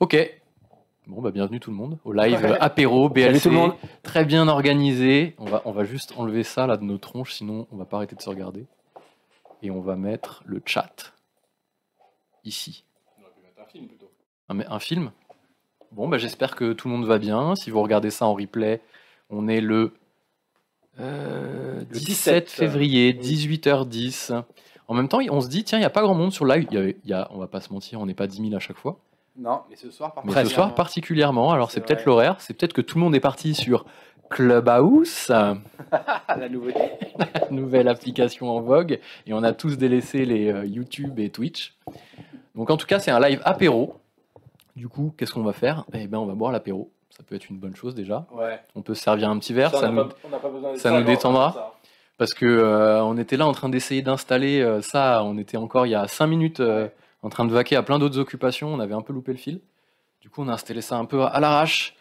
Ok. Bon, bah, bienvenue tout le monde au live Ouais. apéro Salut BLC. tout le monde. Très bien organisé. On va, on va juste enlever ça là de nos tronches, sinon on va pas arrêter de se regarder. Et on va mettre le chat ici. On aurait pu mettre un film plutôt. Un, film Bon, bah, j'espère que tout le monde va bien. Si vous regardez ça en replay, on est le, euh, 17, 17 février, 18h10. En même temps, on se dit, tiens, il n'y a pas grand monde sur live. Il Y a, il y a- on va pas se mentir, on n'est pas 10 000 à chaque fois. Non, Mais ce soir, par Mais contre, ce soir particulièrement, alors c'est C'est peut-être vrai. l'horaire, c'est peut-être que tout le monde est parti sur Clubhouse, euh, à la nouveauté. nouvelle application en vogue, et on a tous délaissé les euh, YouTube et Twitch. Donc en tout cas, c'est un live apéro. Du coup, qu'est-ce qu'on va faire Eh bien, on va boire l'apéro. Ça peut être une bonne chose déjà. Ouais. On peut se servir un petit verre, ça, on nous- n'a pas- on n'a pas besoin de ça nous genre, détendra. ça. parce que euh, on était là en train d'essayer d'installer euh, ça. On était encore il y a 5 minutes euh, en train de vaquer à plein d'autres occupations. On avait un peu loupé le fil. Du coup, on a installé ça un peu à- à l'arrache.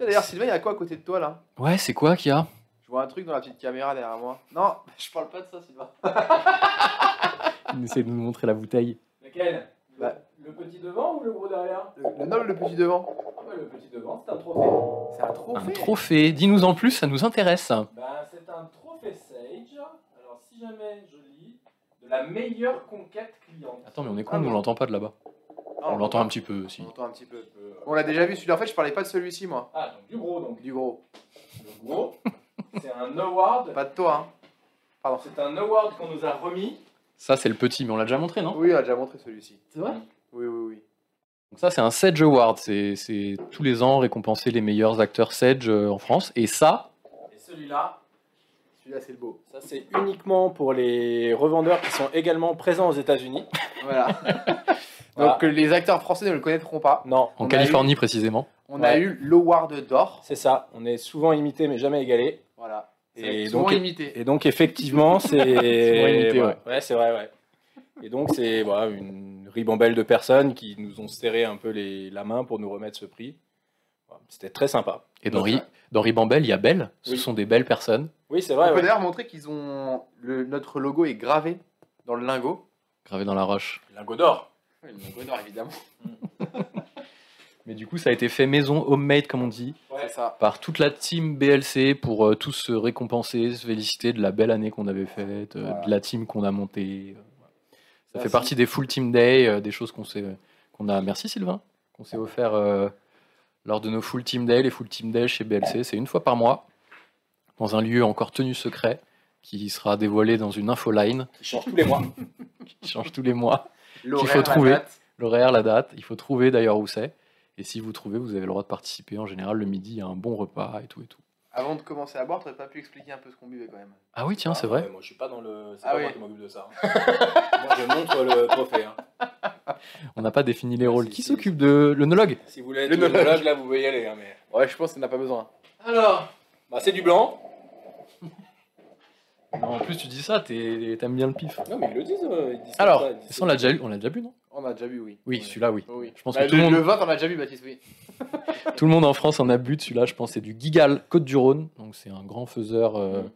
D'ailleurs, Sylvain, il y a quoi à côté de toi là Ouais, c'est quoi qu'il y a Je vois un truc dans la petite caméra derrière moi. Non, je parle pas de ça, Sylvain. Il essaie de nous montrer la bouteille. Lequel Le- Bah. Le petit devant ou le gros derrière Le, le noble, le petit devant. Ah bah, Le petit devant, c'est un trophée. C'est un trophée. Un trophée. Dis-nous en plus, ça nous intéresse. Bah, c'est un trophée Sage. Alors, si jamais je lis, de la meilleure conquête cliente. Attends, mais on est con, nous, on l'entend pas de là-bas. Ah, On l'entend un petit peu On aussi. l'entend un petit peu. Euh, On l'a déjà vu celui-là. En fait, je parlais pas de celui-ci, moi. Ah, donc du gros, donc. Du gros. Le gros, c'est un award. Pas de toi, hein. C'est un award qu'on nous a remis. Ça, c'est le petit, mais on l'a déjà montré, non Oui, on a déjà montré celui-ci. C'est vrai Oui, oui, oui. Donc ça, c'est un Sedge Award. C'est c'est tous les ans récompenser les meilleurs acteurs Sedge euh, en France. Et ça, Et celui-là, Celui-là, c'est le beau. ça c'est uniquement pour les revendeurs qui sont également présents aux États-Unis. Voilà. Voilà. Donc, euh, les acteurs français ne le connaîtront pas. Non, en On a Californie précisément. On a Ouais. eu l'Award d'or. c'est ça. On est souvent imité mais jamais égalé. Voilà. Et souvent donc- imité. Et donc effectivement, c'est imité, ouais, ouais, c'est vrai, ouais. Et donc c'est voilà, une ribambelle de personnes qui nous ont serré un peu les, la main pour nous remettre ce prix. Voilà, C'était très sympa. Et dans, Ri- dans Ribambelle, il y a Belle. Ce Oui. sont des belles personnes. Oui, c'est On vrai. peut ouais. d'ailleurs montrer qu'ils ont. le- notre logo est gravé dans le lingot. Gravées dans la roche. Lingot d'or. Oui, le logo d'or, évidemment. Mais du coup, ça a été fait maison, homemade, comme on dit, C'est ça. par toute la team BLC pour euh, tous se récompenser, se féliciter de la belle année qu'on avait faite, euh, Voilà. de la team qu'on a montée. euh, Ça fait Merci. partie des full team day, euh, des choses qu'on s'est, qu'on a. Merci Sylvain, qu'on s'est offert euh, lors de nos full team day. Les full team day chez BLC, c'est une fois par mois, dans un lieu encore tenu secret, qui sera dévoilé dans une infoline Qui change tous les mois. qui change tous les mois. L'horaire, faut la trouver. date. L'horaire, la date, il faut trouver d'ailleurs où c'est. Et si vous trouvez, vous avez le droit de participer. En général, le midi, il y a un bon repas et tout et tout. Avant de commencer à boire, t'aurais pas pu expliquer un peu ce qu'on buvait quand même. Ah oui, tiens, c'est vrai. moi, je suis pas dans le. C'est Ah pas oui. moi qui m'occupe de ça. hein. moi, je montre le trophée. hein. On n'a pas défini les Ah, rôles. si, Qui si, s'occupe de l'onologue Si vous voulez être Le le monologue. monologue, là, vous pouvez y aller. hein, mais... Ouais, je pense qu'il n'a pas besoin. Alors, bah, c'est du blanc. En plus, tu dis ça, t'es- t'aimes bien le pif. Non, mais ils le disent. euh, ils disent Alors, ça, ils disent ça, on l'a déjà lu, on l'a déjà bu, non On a déjà bu, oui. Oui, Ouais. celui-là, oui. Oui, oui. Je pense Bah, que tout le, le monde- le vin, t'en as déjà bu, Baptiste, oui. Tout le monde en France en a bu de celui-là, je pense. C'est du Gigal Côte-du-Rhône. Donc, c'est un grand faiseur. euh, Mm.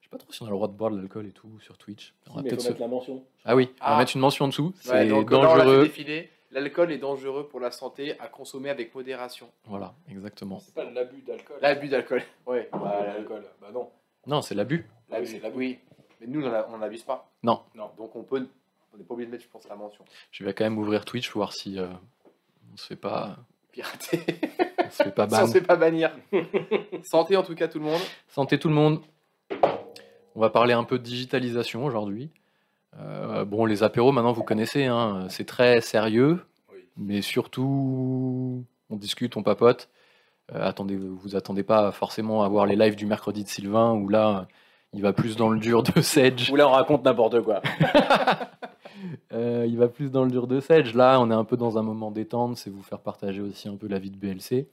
Je sais pas trop si on a le droit de boire de l'alcool et tout sur Twitch. On Si, va mais peut-être faut se- mettre la mention. Ah oui, on va Ah. mettre une mention en dessous. C'est Ouais, donc, là, on l'a fait dangereux. défiler. L'alcool est dangereux pour la santé, à consommer avec modération. Voilà, exactement. C'est pas de l'abus d'alcool. L'abus d'alcool. Ouais. Bah, l'alcool. Bah, non. Non, c'est l'abus. L'abus, c'est de l'abus. Ah Oui. Mais nous, on a- on n'abuse pas. Non. Non. Donc on peut. On n'est pas obligé de mettre, je pense, la mention. Je vais quand même ouvrir Twitch, voir si euh, on se fait pas, Pirater. on se fait pas si on ban. se fait pas bannir. santé, en tout cas, tout le monde. Santé tout le monde. On va parler un peu de digitalisation aujourd'hui. Euh, bon, les apéros, maintenant, vous connaissez, hein, c'est très sérieux, Oui. mais surtout, on discute, on papote. Euh, attendez, vous attendez pas forcément à voir les lives du mercredi de Sylvain, où là, il va plus dans le dur de Sedge. Ou là, on raconte n'importe quoi. Euh, il va plus dans le dur de Sedge. Là, on est un peu dans un moment détente, c'est vous faire partager aussi un peu la vie de BLC.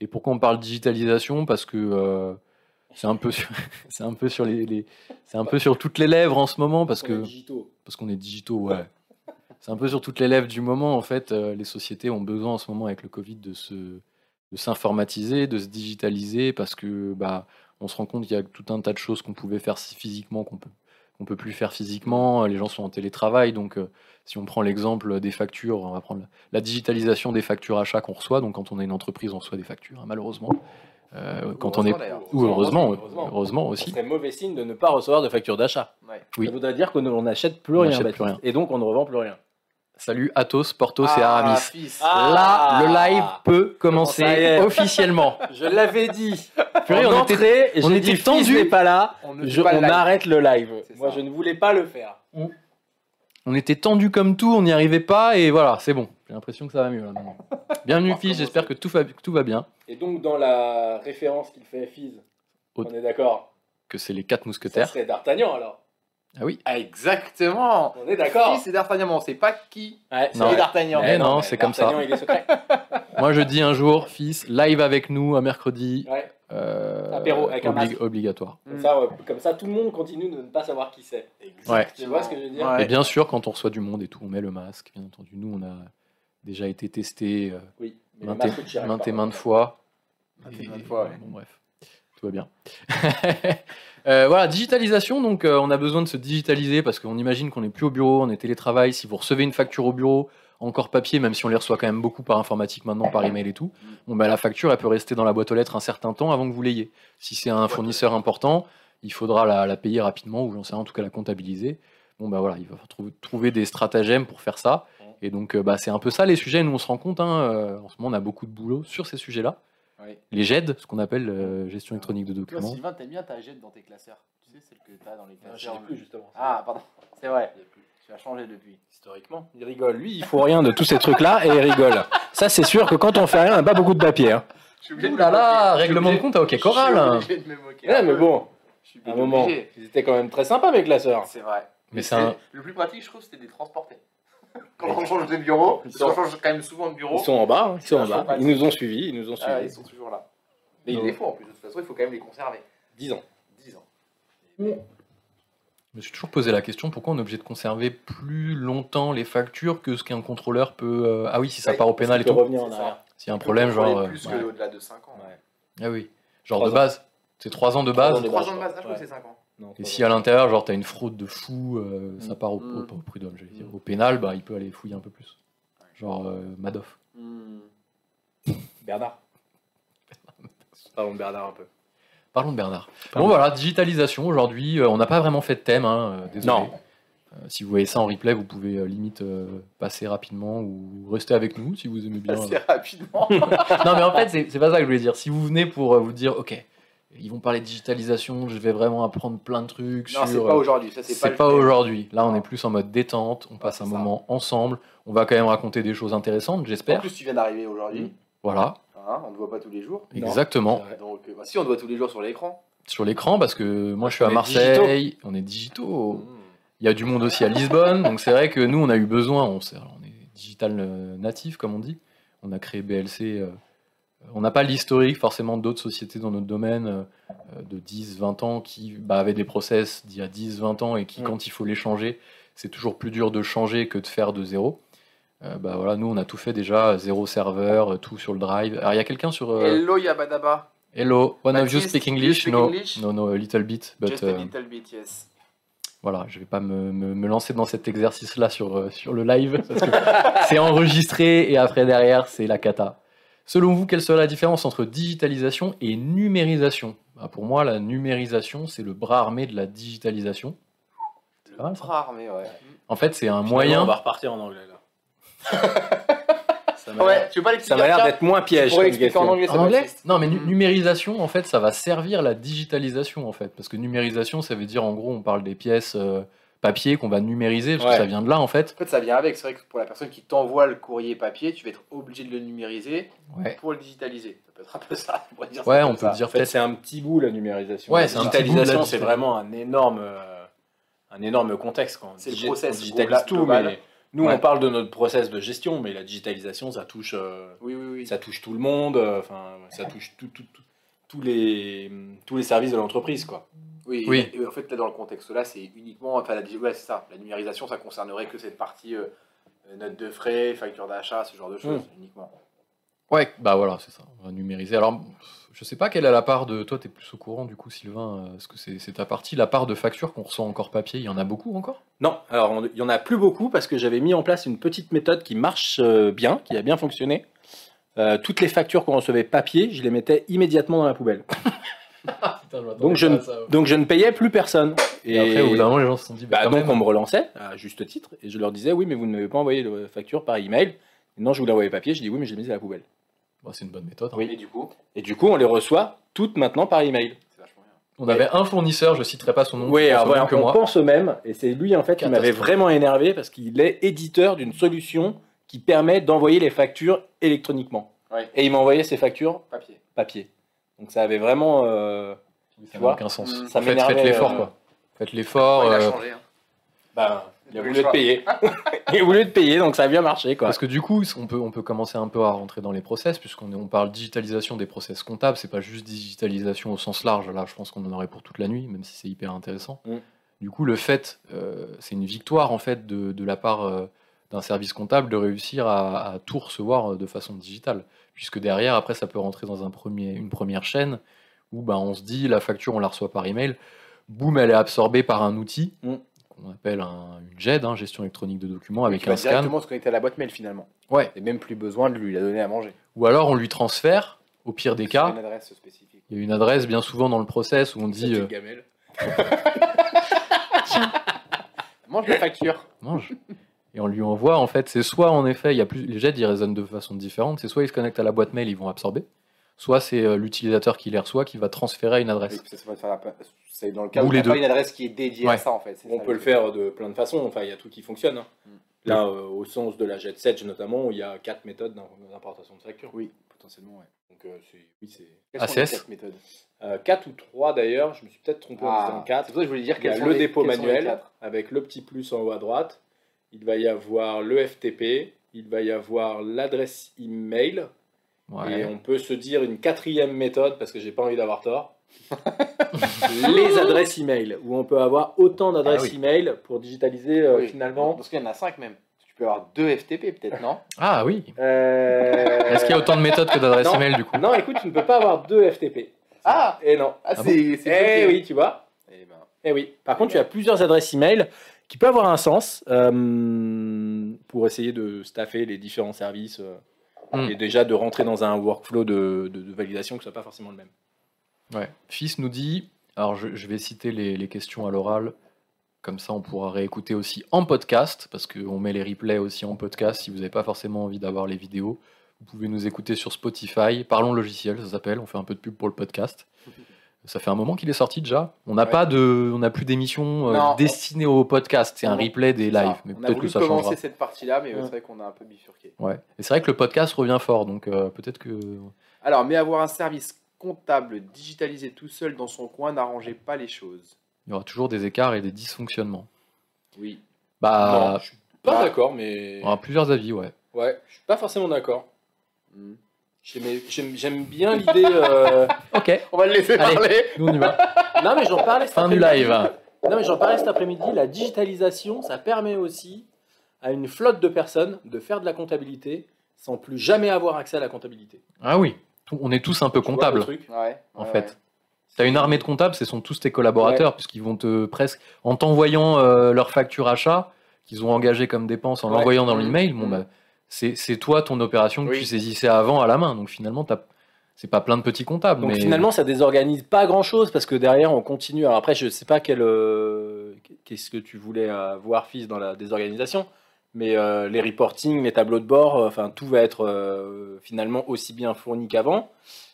Et pourquoi on parle digitalisation Parce que euh, c'est un peu sur, c'est un peu sur les, les- c'est un peu sur toutes les lèvres en ce moment parce que digitaux. parce qu'on est digitaux, ouais. C'est un peu sur toutes les lèvres du moment en fait. Euh, les sociétés ont besoin en ce moment avec le Covid de se de s'informatiser, de se digitaliser parce que bah on se rend compte qu'il y a tout un tas de choses qu'on pouvait faire si physiquement qu'on peut qu'on on peut plus faire physiquement, Euh, les gens sont en télétravail, donc euh, si on prend l'exemple des factures, on va prendre la- la digitalisation des factures achats qu'on reçoit, donc quand on est une entreprise, on reçoit des factures, hein, malheureusement. Euh, quand on est... Heureusement, d'ailleurs. Ou heureusement, ouais, Heureusement. heureusement Ce aussi. serait mauvais signe de ne pas recevoir de facture d'achat. Ouais. Oui. Ça voudrait dire qu'on ne- on n'achète plus, On rien, n'achète plus rien. Baptiste. Et donc on ne revend plus rien. Salut Athos, Portos et Ah, Aramis. fils. Là, le live peut Ah. Ça y commencer est. officiellement. Je l'avais dit. Purée, En on était- entrée, on j'ai était dit, Fils tendu. n'est pas là. on ne Je- fait pas on le live. arrête le live. C'est Moi, ça. je ne voulais pas le faire. On était tendu comme tout, on n'y arrivait pas, et voilà, c'est bon. J'ai l'impression que ça va mieux là maintenant. Bienvenue, On va fils, j'espère que tout va, que tout va bien. Et donc, dans la référence qu'il fait à Fizz, Autre- on est d'accord. Que c'est les quatre Ça mousquetaires. serait D'Artagnan alors. Ah oui, Ah, Exactement. On est d'accord. Fils, c'est D'Artagnan, mais on sait pas qui Ouais, c'est Non. est vrai. D'Artagnan. Mais non, mais c'est comme ça. D'Artagnan, il est secret. moi je dis un jour, fils, live avec nous un mercredi. Ouais. euh, Apéro avec un masque. Obligatoire. Mm. Comme, ça, ouais, comme ça, tout le monde continue de ne pas savoir qui c'est. Tu vois ce que je veux dire Ouais. Et bien sûr, quand on reçoit du monde et tout, on met le masque. Bien entendu, nous on a déjà été testé euh, Oui. Mais maintes le masque, tu y et- arrives maintes pas. et maintes fois. Maintes et Et- maintes fois, ouais. Bon, bref, tout va bien. Euh, voilà, digitalisation, donc euh, on a besoin de se digitaliser parce qu'on imagine qu'on n'est plus au bureau, on est télétravail. Si vous recevez une facture au bureau, encore papier, même si on les reçoit quand même beaucoup par informatique maintenant, par email et tout, bon, bah, la facture, elle peut rester dans la boîte aux lettres un certain temps avant que vous l'ayez. Si c'est un fournisseur important, il faudra la, la payer rapidement ou j'en sais rien, en tout cas la comptabiliser. Bon, bah voilà, il va falloir trou- trouver des stratagèmes pour faire ça. Et donc, euh, bah, c'est un peu ça les sujets. Nous, on se rend compte, hein, euh, en ce moment, on a beaucoup de boulot sur ces sujets-là. Oui. Les GED, ce qu'on appelle euh, gestion électronique de Toi, documents. Sylvain, t'aimes bien ta jette dans tes classeurs. Tu sais, celle que t'as dans les Ah, Je sais classeurs. plus, justement. Ah, pardon. C'est vrai. Je sais plus. Tu as changé depuis. Historiquement, il rigole. Lui, il faut rien de tous ces trucs-là et il rigole. Ça, c'est sûr que quand on fait rien, on n'a pas beaucoup de papier. hein. Je suis Ouh là là, règlement de compte à OK Coral. Je suis obligé de me moquer. Ouais, mais bon, Je suis à un obligé. moment, ils étaient quand même très sympas avec la sœur. C'est vrai. Mais c'est un- Le plus pratique, je trouve, c'était des transportés. Quand on change de bureau, Ils parce sont- qu'on change quand même souvent de bureau. Ils sont en bas, hein, ils sont en Ils sont bas. pas- Ils nous ont suivis, ils nous ont Ah, ils suivis. sont toujours là. Mais Non. il les faut en plus, de toute façon, il faut quand même les conserver. 10 ans. 10 ans. Je me suis toujours posé la question pourquoi on est obligé de conserver plus longtemps les factures que ce qu'un contrôleur peut. euh, Ah oui, si ça Ouais, part au pénal et peut tout. revenir en C'est arrière. S'il y a un problème, genre. euh, plus ouais. que au-delà de 5 ans. Ah oui, genre Trois de ans. base. C'est trois ans de Trois base. ans de 3 base, ans de base, là, je crois ouais. que c'est 5 ans. Non, Et pas si à l'intérieur, genre, t'as une fraude de fou, euh, ça Mm. part au, Mm. au- au prud'homme, j'allais dire. Mm. Au pénal, bah, il peut aller fouiller un peu plus. Genre euh, Madoff. Bernard. Parlons de Bernard un peu. Parlons de Bernard. Pardon. Bon, voilà, digitalisation aujourd'hui. euh, on n'a pas vraiment fait de thème, hein, euh, désolé. Non. Euh, si vous voyez ça en replay, vous pouvez euh, limite euh, passer rapidement ou rester avec nous si vous aimez bien. Euh, Assez rapidement. non, mais en fait, c'est c'est pas ça que je voulais dire. Si vous venez pour euh, vous dire, OK, ils vont parler de digitalisation, je vais vraiment apprendre plein de trucs Non, c'est sur. pas euh, aujourd'hui. Ça, c'est pas, C'est le pas fait. aujourd'hui. Là, on est plus en mode détente. On passe c'est un ça. moment ensemble. On va quand même raconter des choses intéressantes, En j'espère. plus, tu viens d'arriver aujourd'hui. Hmm. Voilà, Hein, on ne voit pas tous les jours. Non. exactement. Ouais. Donc, euh, bah, si, on te voit tous les jours sur l'écran. Sur l'écran, parce que moi, je suis On à est Marseille. On est digitaux. Hmm. Il y a du monde aussi à Lisbonne. donc, c'est vrai que nous, on a eu besoin. On, s'est- on est digital euh, natif, comme on dit. On a créé BLC. euh, on n'a pas l'historique forcément d'autres sociétés dans notre domaine euh, de 10, 20 ans qui bah, avaient des process d'il y a 10, 20 ans et qui, Mm. quand il faut les changer, c'est toujours plus dur de changer que de faire de zéro. Euh, bah voilà, nous on a tout fait déjà, zéro serveur, euh, tout sur le drive. Alors il y a quelqu'un sur euh, Hello, Yabadaba. Hello, one of you Baptiste, speak you English, speak no, English? no, no, a little bit, but Just euh, a little bit, yes. voilà, je vais pas me, me- me lancer dans cet exercice-là sur, euh, sur le live, parce que c'est enregistré et après derrière, c'est la cata. Selon vous, quelle serait la différence entre digitalisation et numérisation Bah, Pour moi, la numérisation, c'est le bras armé de la digitalisation. C'est pas mal, ça. Rare, mais ouais. En fait, c'est un Finalement, moyen. On va repartir en anglais là. ça m'a Ouais, l'air- tu veux pas ça l'expliquer m'a l'air tiens, d'être moins Tu piège. pourrais comme l'expliquer en question. anglais, ça En va, anglais Hmm. Baptiste. Non, mais nu- Mm. numérisation, en fait, ça va servir la digitalisation, en fait. Parce que numérisation, ça veut dire, en gros, on parle des pièces euh, papier qu'on va numériser, parce Ouais. que ça vient de là, en fait. En fait, ça vient avec. C'est vrai que pour la personne qui t'envoie le courrier papier, tu vas être obligé de le numériser Ouais, pour le digitaliser. Ça peut être un peu ça. On pourrait dire ça Ouais, comme on peut ça. dire En fait, peut-être. c'est un petit bout la numérisation. Ouais, La c'est un petit bout de la digitalisation, c'est digitalisation. vraiment un énorme, euh, un énorme contexte. quand on C'est le digi- process, on digitalise gros, tout, global. mais nous Ouais. on parle de notre process de gestion, mais la digitalisation, ça touche, euh, Oui, oui, oui. ça touche tout le monde. euh, Enfin, ouais, ça touche tout- tout- tout- tous les, tous les services de l'entreprise, quoi. Oui, Oui. et- et en fait, là, dans le contexte là, c'est uniquement. Enfin, la, digi- ouais, c'est ça. La numérisation, ça euh, Hmm. concernerait que cette partie euh, note de frais, facture d'achat, ce genre de choses, uniquement. Ouais, bah voilà, c'est ça. On va numériser. Alors, je sais pas quelle est la part de. Toi, t'es plus au courant du coup, Sylvain. euh, Est-ce que c'est c'est ta partie La part de facture qu'on reçoit encore papier, il y en a beaucoup encore Non, alors on- il y en a plus beaucoup parce que j'avais mis en place une petite méthode qui marche euh, bien, qui a bien fonctionné. Euh, toutes les factures qu'on recevait papier, je les mettais immédiatement dans la poubelle. Donc je, ne, donc je ne payais plus personne. Et après, au bout d'un moment, les gens se sont dit, bah, Bah, quand donc même. on me relançait, à juste titre, et je leur disais oui mais vous ne m'avez pas envoyé la facture par email. Non, je vous l'ai envoyé papier, je dis oui mais je l'ai mise à la poubelle. Bah, c'est une bonne méthode. hein. Oui. Et du coup, Et du coup on les reçoit toutes maintenant par email. c'est vachement bien. On avait un fournisseur, je citerai pas son nom. Oui, je pense alors au même voilà, que on moi. pense au même, et c'est lui en fait qui m'avait Catastrophe. vraiment énervé parce qu'il est éditeur d'une solution qui permet d'envoyer les factures électroniquement. Ouais. Et il m'a envoyé ses factures Papier. papier. Donc ça avait vraiment. euh, Ça tu n'a vois, aucun sens. Mm. ça Faites, faites m'énervait, l'effort, euh, quoi. Faites l'effort. Ouais, il euh, a changé. hein. bah, il a Oui, voulu ça. te payer. il a voulu te payer, donc ça a bien marché quoi. Parce que du coup, on peut, on peut commencer un peu à rentrer dans les process, puisqu'on est- on parle digitalisation des process comptables, c'est pas juste digitalisation au sens large, là je pense qu'on en aurait pour toute la nuit, même si c'est hyper intéressant. Mm. Du coup, le fait, euh, c'est une victoire en fait de, de la part euh, d'un service comptable de réussir à, à tout recevoir euh, de façon digitale, puisque derrière, après, ça peut rentrer dans un premier, une première chaîne où ben, on se dit la facture, on la reçoit par email, boum, elle est absorbée par un outil. Mm. qu'on appelle un- une GED, hein, gestion électronique de documents, Tu avec vas un scan. directement se connecter à la boîte mail finalement. Ouais. Et même plus besoin de lui la donner à manger. Ou alors on lui transfère, au pire des Sur cas, Une adresse spécifique. il y a une adresse bien souvent dans le process où on dit euh, Mange la facture. mange. Et on lui envoie, en fait, c'est soit en effet, il y a plus, les jets, ils résonnent de façon différente, c'est soit ils se connectent à la boîte mail, ils vont absorber, soit c'est euh, l'utilisateur qui les reçoit qui va transférer à une Oui, adresse. ça, ça va faire la- C'est dans le cas Ou où les t'as pas deux. une adresse qui est dédiée Ouais. à ça en fait. c'est On ça, peut le faire de plein de façons, enfin il y a tout qui fonctionne. hein. Mm. Là, euh, au sens de la Jet Set notamment, il y a quatre méthodes d'im- d'importation de facture. Oui, potentiellement. Ouais. Donc euh, c'est. Oui, c'est. Quelles sont ACS? les quatre méthodes Euh, quatre ou trois d'ailleurs, je me suis peut-être trompé en disant Ah, quatre. C'est pour ça que je voulais dire Il y a quelles sont le les- dépôt quelles sont les manuel quatre. avec le petit plus en haut à droite. Il va y avoir le FTP, il va y avoir l'adresse email Ouais. et on peut se dire une quatrième méthode parce que j'ai pas envie d'avoir tort. les adresses email où on peut avoir autant d'adresses Ah oui. email pour digitaliser euh, Oui. finalement. Parce qu'il y en a 5 même. Tu peux avoir deux FTP peut-être, non Ah oui Euh, Est-ce qu'il y a autant de méthodes que d'adresses Non. email du coup Non, écoute, tu ne peux pas avoir deux FTP. Ah Et non. Ah, bon c'est. Eh bloqué. oui, tu vois. Eh ben, Eh oui. Par contre, tu as plusieurs adresses email qui peuvent avoir un sens euh, pour essayer de staffer les différents services euh, Hmm. et déjà de rentrer dans un workflow de, de- de validation qui soit pas forcément le même. Ouais. Fils nous dit, alors je, je vais citer les, les questions à l'oral, comme ça on pourra réécouter aussi en podcast, parce qu'on met les replays aussi en podcast si vous n'avez pas forcément envie d'avoir les vidéos. Vous pouvez nous écouter sur Spotify, Parlons Logiciel, ça s'appelle, on fait un peu de pub pour le podcast. Ça fait un moment qu'il est sorti déjà. On n'a Ouais. pas de, on n'a plus d'émission euh, Non. destinée au podcast, c'est un Non, replay des ça, lives, mais on a peut-être voulu que ça commencer changera. cette partie-là, mais euh, Ouais. c'est vrai qu'on a un peu bifurqué. Ouais. Et c'est vrai que le podcast revient fort, donc euh, peut-être que Alors, mais avoir un service comptable digitalisé tout seul dans son coin n'arrangeait pas les choses. il y aura toujours des écarts et des dysfonctionnements. Oui. Bah, Non, je suis pas bah, d'accord, mais on aura plusieurs avis, ouais. ouais, je suis pas forcément d'accord. J'aimais- J'aime j'aime bien l'idée. euh, Ok. On va le laisser Allez. parler. Nous, on y va. Non, mais j'en parlais. cet Fin du après-midi. live. Non, mais j'en parlais cet après-midi. La digitalisation, ça permet aussi à une flotte de personnes de faire de la comptabilité sans plus jamais avoir accès à la comptabilité. Ah oui, tout- on est tous un peu Tu vois le comptables, truc Ouais, ouais, en ouais. fait. T'as une armée de comptables, ce sont tous tes collaborateurs, puisqu'ils vont te presque, en t'envoyant euh, leur facture achat, qu'ils ont engagé comme dépense, en Ouais. Mmh. l'envoyant dans Mhm. l'email, bon, Mhm. bah, c'est c'est toi ton opération que Oui. tu saisissais avant à la main. Donc finalement, t'as- c'est pas plein de petits comptables. Donc mais finalement, ça désorganise pas grand chose parce que derrière, on continue. Alors après, je sais pas quel, euh, qu'est-ce que tu voulais euh, voir, fils, dans la désorganisation, mais euh, les reporting, les tableaux de bord, euh, enfin, tout va être euh, finalement aussi bien fourni qu'avant.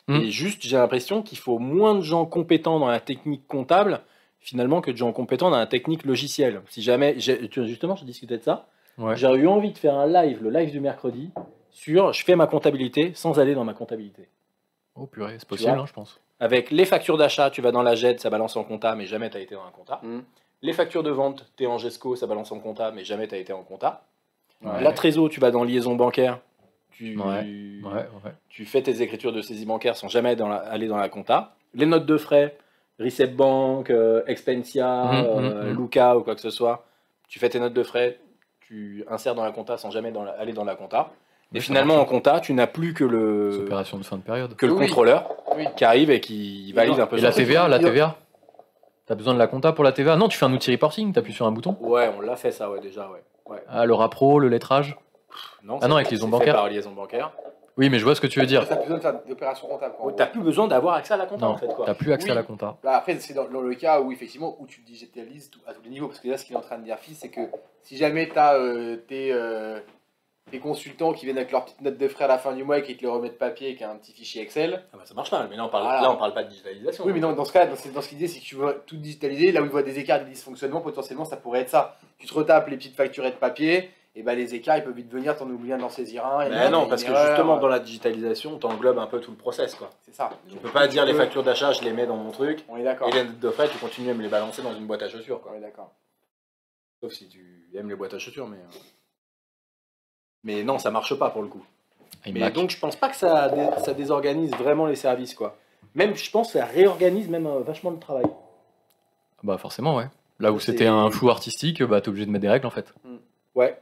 Mm. Et juste, j'ai l'impression qu'il faut moins de gens compétents dans la technique comptable finalement que de gens compétents dans la technique logicielle. Si jamais, j'ai- tu- justement, je discutais de ça. Ouais. J'aurais eu envie de faire un live, le live du mercredi, sur je fais ma comptabilité sans aller dans ma comptabilité. Oh purée, c'est possible, vois hein, je pense. Avec les factures d'achat, tu vas dans la GED, ça balance en compta, mais jamais tu as été dans un compta. Mm. Les factures de vente, tu es en E GESCO, ça balance en compta, mais jamais tu as été en compta. Ouais. La trésor, tu vas dans liaison bancaire, tu, Ouais, Ouais, ouais. tu fais tes écritures de saisie bancaire sans jamais dans la- aller dans la compta. Les notes de frais, Receipt Bank, euh, Expensia, Mhm, euh, mhm, mhm. Luca ou quoi que ce soit, tu fais tes notes de frais, tu insères dans la compta sans jamais dans la- aller dans la compta. Et finalement, en compta, tu n'as plus que Les le, opérations de fin de période. Euh, que le Oui. contrôleur Oui. qui arrive et qui valide un peu Et son la truc. TVA, la TVA T'as besoin de la compta pour la TVA Non, tu fais un outil reporting, t'appuies sur un bouton. Ouais, on l'a fait ça, ouais, déjà, ouais. Ouais. Ah, le rappro, le lettrage. Non, Ah non, c'est- avec liaison c'est bancaire. fait par liaison bancaire. Oui, mais je vois ce que tu veux dire. T'as besoin de faire des opérations comptables. quoi, en Oh, gros. T'as plus besoin d'avoir accès à la compta, Non, en fait, quoi. t'as plus accès à Oui. la compta. Bah, après, c'est dans, dans le cas où effectivement où tu digitalises tout- à tous les niveaux. Parce que là, ce qu'il est en train de dire, fils, c'est que si jamais tu as tes, euh, tes consultants qui viennent avec leur petite note de frais à la fin du mois et qui te le remettent papier, qui a un petit fichier Excel. Ah bah, ça marche pas, mais là, on parle, Voilà. là, on parle pas de digitalisation. Oui, mais non, dans ce cas, dans, ce- dans ce qu'il dit, c'est que tu veux tout digitaliser. Là où il voit des écarts, des dysfonctionnements, potentiellement, ça pourrait être ça. Tu te retapes les petites facturettes papier, et bah les écarts, ils peuvent vite venir, t'en oublies un d'en saisir un. et Bah là, il y a non, une parce que erreur, justement, euh, dans la digitalisation, t'englobes un peu tout le process, quoi. C'est ça. Tu peux pas dire les factures d'achat, je les mets dans mon truc, On est d'accord. et les notes de frais, tu continues à me les balancer dans une boîte à chaussures, quoi. On est d'accord. Sauf si tu aimes les boîtes à chaussures, mais. euh, Mais non, ça marche pas pour le coup. Et Mais Mac. donc, je pense pas que ça, dé- ça désorganise vraiment les services, quoi. Même, je pense, ça réorganise même euh, vachement le travail. Bah forcément, ouais. Là où C'est- c'était un flou artistique, bah t'es obligé de mettre des règles en fait. Ouais.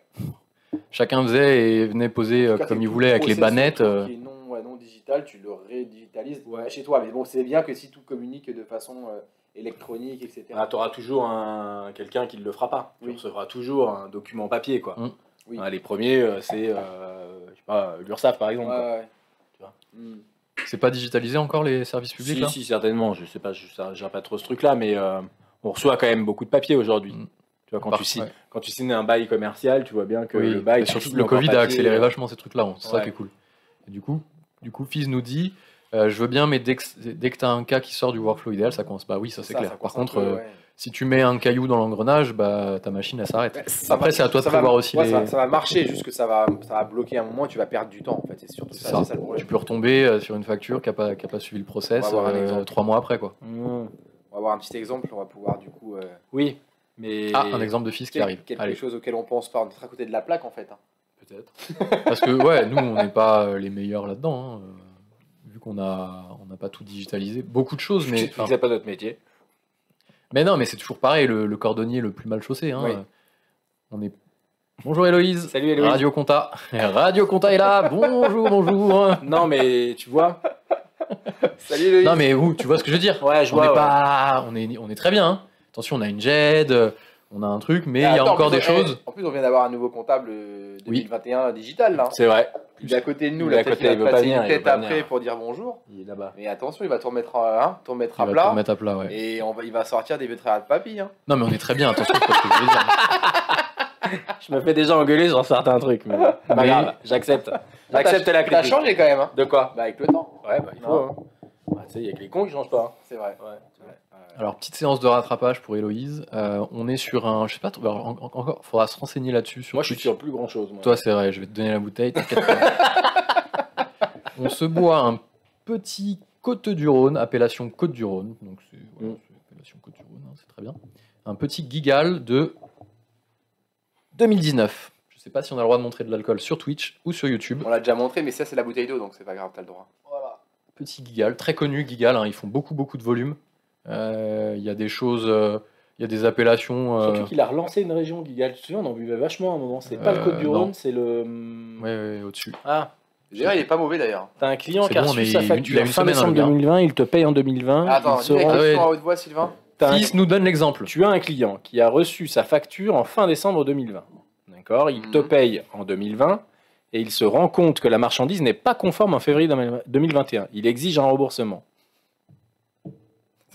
Chacun faisait et venait poser euh, En tout cas, comme c'est il tout voulait avec les process, le bannettes. truc euh, qui est non, ouais, non digital, tu le rédigitalises Ouais. chez toi. Mais bon, c'est bien que si tout communique de façon euh, électronique, etc. Ah, t'auras toujours un... quelqu'un qui ne le fera pas. Oui. Tu recevras toujours un document papier, quoi. Mm. Oui. Hein, les premiers, euh, c'est, euh, je sais pas, l'URSSAF, par exemple. Ouais, quoi. ouais. Tu vois. Mm. C'est pas digitalisé encore les services publics Si, là si, certainement. Je sais pas, je n'ai pas trop ce truc-là, mais euh, on reçoit quand même beaucoup de papier aujourd'hui. Mm. Tu vois, quand Par- tu, signes, ouais. quand tu signes un bail commercial, tu vois bien que Oui, le bail. et tu surtout que signes le en Covid papier, a accéléré euh, vachement ces trucs-là, hein. c'est ça Ouais. qui est cool. Et du coup, du coup, Fizz nous dit euh, Je veux bien, mais dès que, dès que t'as un cas qui sort du workflow idéal, ça commence. Bah oui, ça c'est clair. Par commence un contre, peu, euh, ouais. si tu mets un caillou dans l'engrenage, bah ta machine elle s'arrête. Ça Après, va- c'est à toi de ça va- prévoir aussi ouais, les- ça, ça va marcher, juste que ça va, ça va bloquer un moment, tu vas perdre du temps en fait. C'est surtout C'est ça, ça. c'est ça le Tu problème. peux retomber euh, sur une facture qui n'a pas, qui a pas suivi le process On va avoir un euh, exemple. trois mois après quoi. mm, On va avoir un petit exemple, on va pouvoir du coup. euh, Oui, mais. Ah, un exemple de Fizz qui quel- arrive. Quelque Allez. chose auquel on pense pas, on est à côté de la plaque en fait. hein. Peut-être. Parce que ouais, nous on n'est pas euh, les meilleurs là-dedans, hein, euh, vu qu'on a on n'a pas tout digitalisé, beaucoup de choses, mais Mais enfin, c'est pas notre métier. mais non, mais c'est toujours pareil, le, le cordonnier le plus mal chaussé. hein, Oui. euh, On est. Bonjour Héloïse. Salut Héloïse. Ah, Radio Conta. Radio Conta est là. Bonjour, bonjour. Non, mais tu vois. Salut Loïc Non mais où tu vois ce que je veux dire Ouais, je On vois. est ouais. pas, on est, on est très bien. hein. Attention, on a une JED, euh, on a un truc, mais il y a Attends, encore mais des on- choses. En plus, on vient d'avoir un nouveau comptable euh, Oui. 2021 digital là. hein. C'est vrai. Il est à côté de nous, Il est là, à peut-être côté, qu'il il va veut te pas passer venir, une il veut tête pas venir. après pour dire bonjour. Il est là-bas. Mais attention, il va te remettre, à, hein, te remettre Il à va plat. tout remettre à plat, ouais. Et on va, il va sortir des vieux à de papy. Hein. Non mais on est très bien. Attention, c'est pas ce que je veux dire. Je me fais déjà engueuler sur certains trucs, mais pas Mais- grave, j'accepte. J'accepte T'as- la T'as critique. changé quand même. Hein. De quoi Bah, avec le temps. Ouais, bah il faut. Non. hein. Bah, tu sais, il y a que les cons qui changent pas. C'est vrai. hein. Ouais. Alors, petite séance de rattrapage pour Héloïse. Euh, on est sur un. Je sais pas, alors, en- en- encore, faudra se renseigner là-dessus. sur Moi, je suis Twitch. sur plus grand chose. Moi. Toi, c'est vrai, je vais te donner la bouteille. t'inquiète pas. on se boit un petit Côte du Rhône, appellation Côte du Rhône. Donc, c'est voilà, Mm. c'est appellation Côte du Rhône, hein, c'est très bien. Un petit Gigal de 2019. Je sais pas si on a le droit de montrer de l'alcool sur Twitch ou sur YouTube. On l'a déjà montré, mais ça, c'est la bouteille d'eau, donc c'est pas grave, t'as le droit. petit Gigal, très connu Gigal, hein, ils font beaucoup beaucoup de volume. Euh, Il y a des choses, euh, il y a des appellations. euh, Surtout qu'il a relancé une région, Gigal. Tu te souviens, on en buvait vachement à un moment. C'est pas le Euh, Côte-du-Rhône, non. c'est le. ouais, ouais, au-dessus. Ah, Déjà, il est pas mauvais d'ailleurs. t'as un client C'est qui a bon, reçu mais sa il- facture il a une fin semaine, hein, décembre le gars. 2020, il te paye en 2020. Attends, ils dis la seront- Ah ouais. question à haute voix, Sylvain. t'as un- Fils nous donne l'exemple. Tu as un client qui a reçu sa facture en fin décembre 2020. D'accord Hmm. Il te Mhm. paye en 2020 et il se rend compte que la marchandise n'est pas conforme en février 2021. Il exige un remboursement.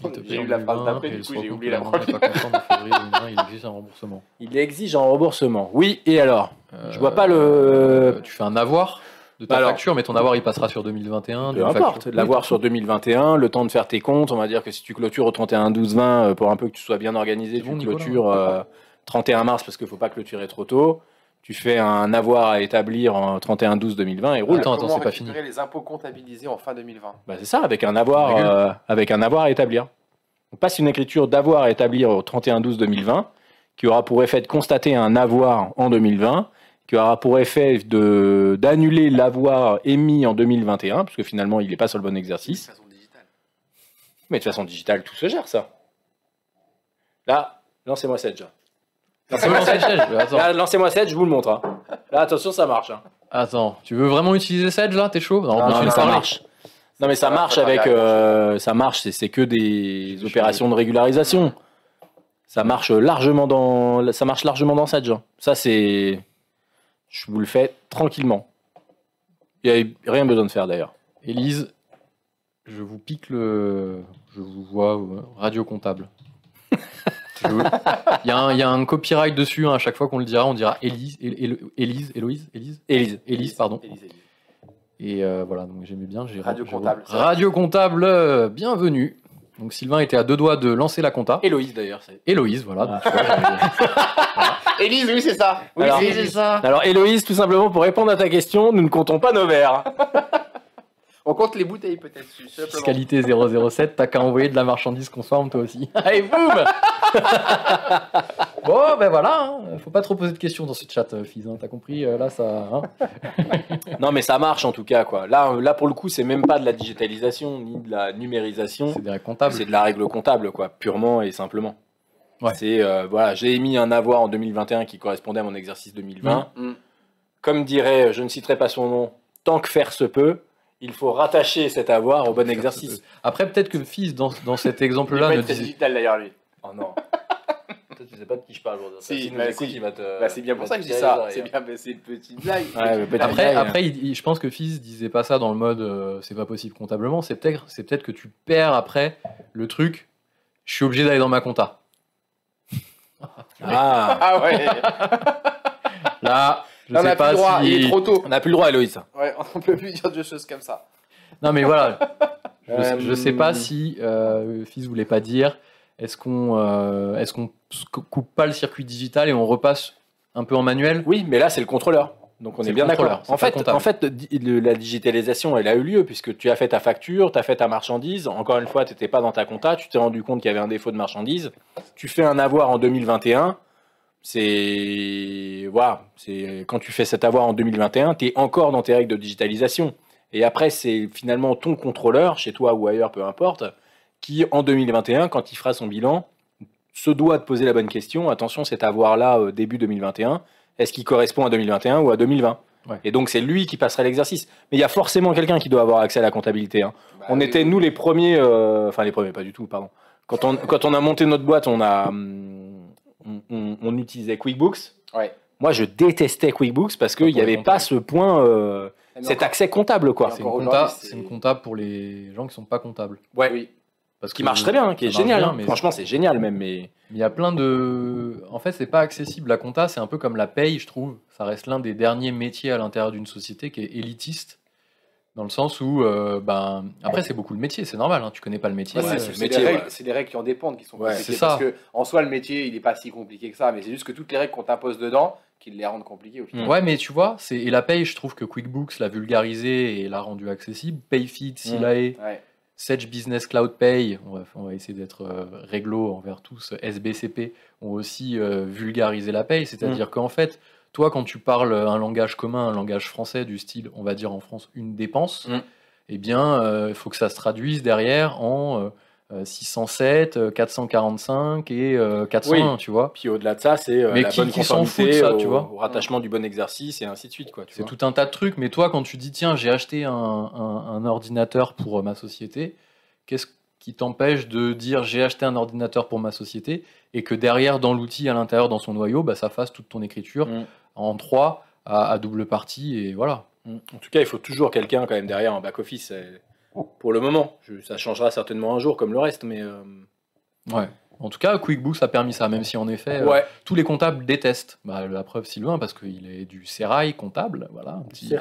Il te paye J'ai eu en la phrase 2020, d'après, et du il se coup, rend j'ai compte oublié que la maman n'est première. pas contente en février 2020, il exige un remboursement. Il exige un remboursement. Oui, et alors Je Euh, vois pas le- Tu fais un avoir de ta Bah alors- facture, mais ton avoir il passera sur 2021. Peu d'une importe, facture- l'avoir sur 2021, le temps de faire tes comptes, on va dire que si tu clôtures au 31 12 20 euh, pour un peu que tu sois bien organisé, C'est tu bon, Nicolas. clôtures euh, 31 mars parce qu'il faut pas clôturer trop tôt. Tu fais un avoir à établir en 31 12 2020 et roule. Attends, Comment attends, c'est pas récupérer les impôts comptabilisés en fin 2020. Bah, c'est ça, avec un avoir Virgule. euh, avec un avoir à établir. On passe une écriture d'avoir à établir au 31 12 2020 qui aura pour effet de constater un avoir en 2020 qui aura pour effet de d'annuler l'avoir émis en 2021 puisque finalement il n'est pas sur le bon exercice. façon digitale. Mais de façon digitale, tout se gère, ça. Là, lancez-moi 7, Jean. Ah, Ça peut lancer le siège. Attends. Là, lancez-moi 7, je vous le montre. hein. Là, attention, ça marche. hein. Attends, tu veux vraiment utiliser Sedge là T'es chaud Non, Ah, on non, continue mais de ça parler. marche. Non, mais ça va, marche ça va, avec. ça va. euh, ça marche, c'est- c'est que des Je- opérations de régularisation. Ça marche largement dans, ça marche largement dans Sedge. hein. Ça, c'est. Je vous le fais tranquillement. Il n'y a rien besoin de faire d'ailleurs. Élise, je vous pique le. Je vous vois euh, radio comptable. Je- Il y, a un- il y a un copyright dessus, hein, à chaque fois qu'on le dira, on dira Élise, Él- Él- Élise, Héloïse, Élise Élise. Élise, pardon. Élise, Élise. Et euh, voilà, donc j'aimais bien. j'ai- Radio j'ai- comptable, c'est vrai. Radio comptable, euh, bienvenue. Donc Sylvain était à deux doigts de lancer la compta. Héloïse d'ailleurs. c'est- Héloïse, voilà. Ah, donc, tu vois, Élise, oui, c'est ça. Oui, Alors, c'est j'ai- Élise. Alors Héloïse, tout simplement pour répondre à ta question, nous ne comptons pas nos verres. On compte les bouteilles peut-être. simplement. Fiscalité 007, t'as qu'à envoyer de la marchandise conforme toi aussi. Allez, boum Bon, ben voilà, hein. faut pas trop poser de questions dans ce chat, euh, Fizz, hein, t'as compris, euh, là ça... hein. Ah Non, mais ça marche en tout cas quoi. Là, euh, là pour le coup, c'est même pas de la digitalisation ni de la numérisation. c'est des comptables. C'est de la règle comptable, quoi, purement et simplement. Ouais. C'est euh, voilà, j'ai émis un avoir en 2021 qui correspondait à mon exercice 2020. Mm, mm. Comme dirait, euh, je ne citerai pas son nom, tant que faire se peut, il faut rattacher cet avoir au bon exercice. Après, peut-être que Fizz, dans, dans cet Il va exemple-là, ne être très disait... digital d'ailleurs, lui. Oh non. Toi, tu sais pas de qui je parle. aujourd'hui. Si, S'il nous bah, écoute, si. il va te- Bah, c'est bien pour il ça va que te je dis tirer les ça. oreilles. C'est bien, mais c'est une petite blague. Ouais, mais peut-être Après, bien, hein. après il- il- je pense que Fizz disait pas ça dans le mode euh, c'est pas possible comptablement, c'est peut-être c'est peut-être que tu perds après le truc, je suis obligé d'aller dans ma compta. Ah, Ah ouais, Là, je on sais n'a plus pas le droit, si... il est trop tôt. on n'a plus le droit, Héloïse. Ouais, on peut plus dire de choses comme ça. Non mais voilà, Euh, je, je sais pas si euh, Fizz voulait pas dire, est-ce qu'on euh, est-ce qu'on s- coupe pas le circuit digital et on repasse un peu en manuel Oui, mais là, c'est le contrôleur. Donc on C'est est le bien contrôleur, d'accord. c'est En pas le fait, comptable. en fait, di- le- la digitalisation, elle a eu lieu puisque tu as fait ta facture, tu as fait ta marchandise. Encore une fois, tu n'étais pas dans ta compta, tu t'es rendu compte qu'il y avait un défaut de marchandise. Tu fais un avoir en 2021. C'est voilà, c'est quand tu fais cet avoir en 2021, tu es encore dans tes règles de digitalisation. Et après, c'est finalement ton contrôleur, chez toi ou ailleurs, peu importe, qui en 2021, quand il fera son bilan, se doit de poser la bonne question. Attention, cet avoir-là, euh, début 2021, est-ce qu'il correspond à 2021 ou à 2020 Ouais. Et donc c'est lui qui passerait l'exercice. Mais il y a forcément quelqu'un qui doit avoir accès à la comptabilité. hein. Bah, on oui. était nous les premiers, euh, enfin les premiers pas du tout, pardon. Quand on, quand on a monté notre boîte, on a hum, on, on- on utilisait QuickBooks. Ouais. Moi je détestais QuickBooks parce qu'il Quand n'y on est avait pas ce point, euh, Mais cet encore- accès comptable quoi. Et C'est une encore compta, aujourd'hui, c'est- c'est une compta pour les gens qui sont pas comptables. Ouais. Oui. Parce Qui que- marche très bien, hein, qui est Ça marche génial. bien, hein. mais- Franchement c'est génial même. Mais Il y a plein de. En fait, c'est pas accessible. La compta, c'est un peu comme la paye, je trouve. Ça reste l'un des derniers métiers à l'intérieur d'une société qui est élitiste. Dans le sens où, euh, ben, après, c'est beaucoup le métier, c'est normal. hein, tu connais pas le métier. Ouais, Ouais, Bah, c'est- c'est le c'est des métier, règles- ouais. c'est des règles qui en dépendent qui sont Ouais, compliquées. c'est ça. Parce que, en soi, le métier, il n'est pas si compliqué que ça, mais c'est juste que toutes les règles qu'on t'impose dedans, qui les rendent compliquées au final. Ouais, mais tu vois, c'est et la paye, je trouve que QuickBooks l'a vulgarisé et l'a rendu accessible. Payfit, Silae, Ouais. Sage Business Cloud Pay, on va, on va essayer d'être euh, réglo envers tous, SBCP, ont aussi euh, vulgarisé la paye. C'est-à-dire qu'en fait, toi, quand tu parles un langage commun, un langage français du style, on va dire en France, une dépense, Mm. eh bien, il faut que ça se traduise derrière en euh, euh, 607, euh, 445 et euh, 401, tu vois. puis au-delà de ça, c'est euh, Mais la qui- bonne qui s'en fout de conformité ça, au, tu vois au rattachement du bon exercice et ainsi de suite quoi. tu C'est vois. tout un tas de trucs, mais toi, quand tu dis, tiens, j'ai acheté un, un- un ordinateur pour euh, ma société, qu'est-ce qui t'empêche de dire, j'ai acheté un ordinateur pour ma société, et que derrière, dans l'outil, à l'intérieur, dans son noyau, bah, ça fasse toute ton écriture Mm. en trois, à, à double partie, et voilà. Mm. En tout cas, il faut toujours quelqu'un quand même derrière en back-office. euh, Pour le moment, Je- ça changera certainement un jour comme le reste, mais euh, Ouais. En tout cas, QuickBooks a permis ça, même si en effet, euh, ouais. tous les comptables détestent. Bah, la preuve, Sylvain, parce qu'il est du sérail comptable, voilà. un petit-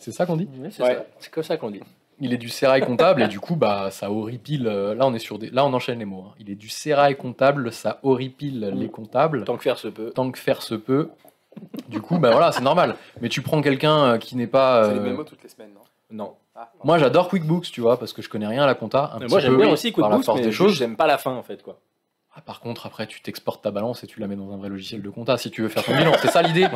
C'est ça qu'on dit c'est Ouais. ça. C'est comme ça qu'on dit. Il est du sérail comptable et du coup, bah, ça horripile. euh, Là, on est sur des. Là, on enchaîne les mots. hein. Il est du sérail comptable, ça horripile les comptables. Tant que faire se peut. Tant que faire se peut. Du coup, bah voilà, c'est normal. Mais tu prends quelqu'un euh, qui n'est pas. C'est les euh, mêmes mots toutes les semaines, non Non. Ah, pardon. Moi, j'adore QuickBooks, tu vois, parce que je connais rien à la compta. un Mais petit moi j'aime peu bien aussi par la QuickBooks, force mais des juste, choses. j'aime pas la fin en fait quoi. Ah, par contre, après, tu t'exportes ta balance et tu la mets dans un vrai logiciel de compta si tu veux faire ton bilan. C'est ça l'idée.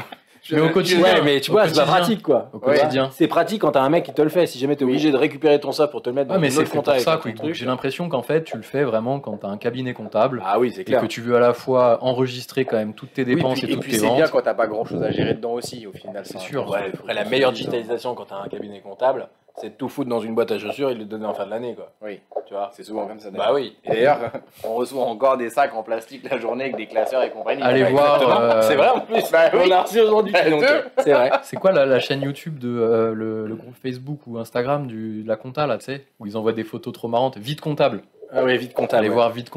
Mais au quotidien. Ouais, mais tu au vois, c'est pas quotidien. pratique quoi. Au Tu vois, quotidien. C'est pratique quand t'as un mec qui te le fait. Si jamais t'es obligé de récupérer ton ça pour te le mettre dans Ouais, Ah, mais ton c'est autre fait compta pour avec ça ton que truc. j'ai l'impression qu'en fait, tu le fais vraiment quand tu as un cabinet comptable Ah oui, c'est et clair. que tu veux à la fois enregistrer quand même toutes tes Oui, dépenses puis- et et toutes puis tes c'est bien ventes. quand t'as pas grand chose à gérer dedans aussi, au final. C'est ça. sûr. Ouais, après, la meilleure digitalisation quand t'as un cabinet comptable, c'est de tout foutre dans une boîte à chaussures et de le donner en fin de l'année quoi. Oui. Tu vois C'est souvent comme ça. d'ailleurs. Bah oui. Et D'ailleurs, on reçoit encore des sacs en plastique la journée avec des classeurs et compagnie. Allez Ouais, voir, exactement. euh, C'est vrai en plus. Bah oui. On a reçu aujourd'hui. Bah, donc, deux. euh, C'est vrai. C'est quoi la, la chaîne YouTube de euh, le, le groupe Facebook ou Instagram du, de la compta là, tu sais, où ils envoient des photos trop marrantes, vite comptable. Ah oui, vite comptable. Allez voir vite comptable.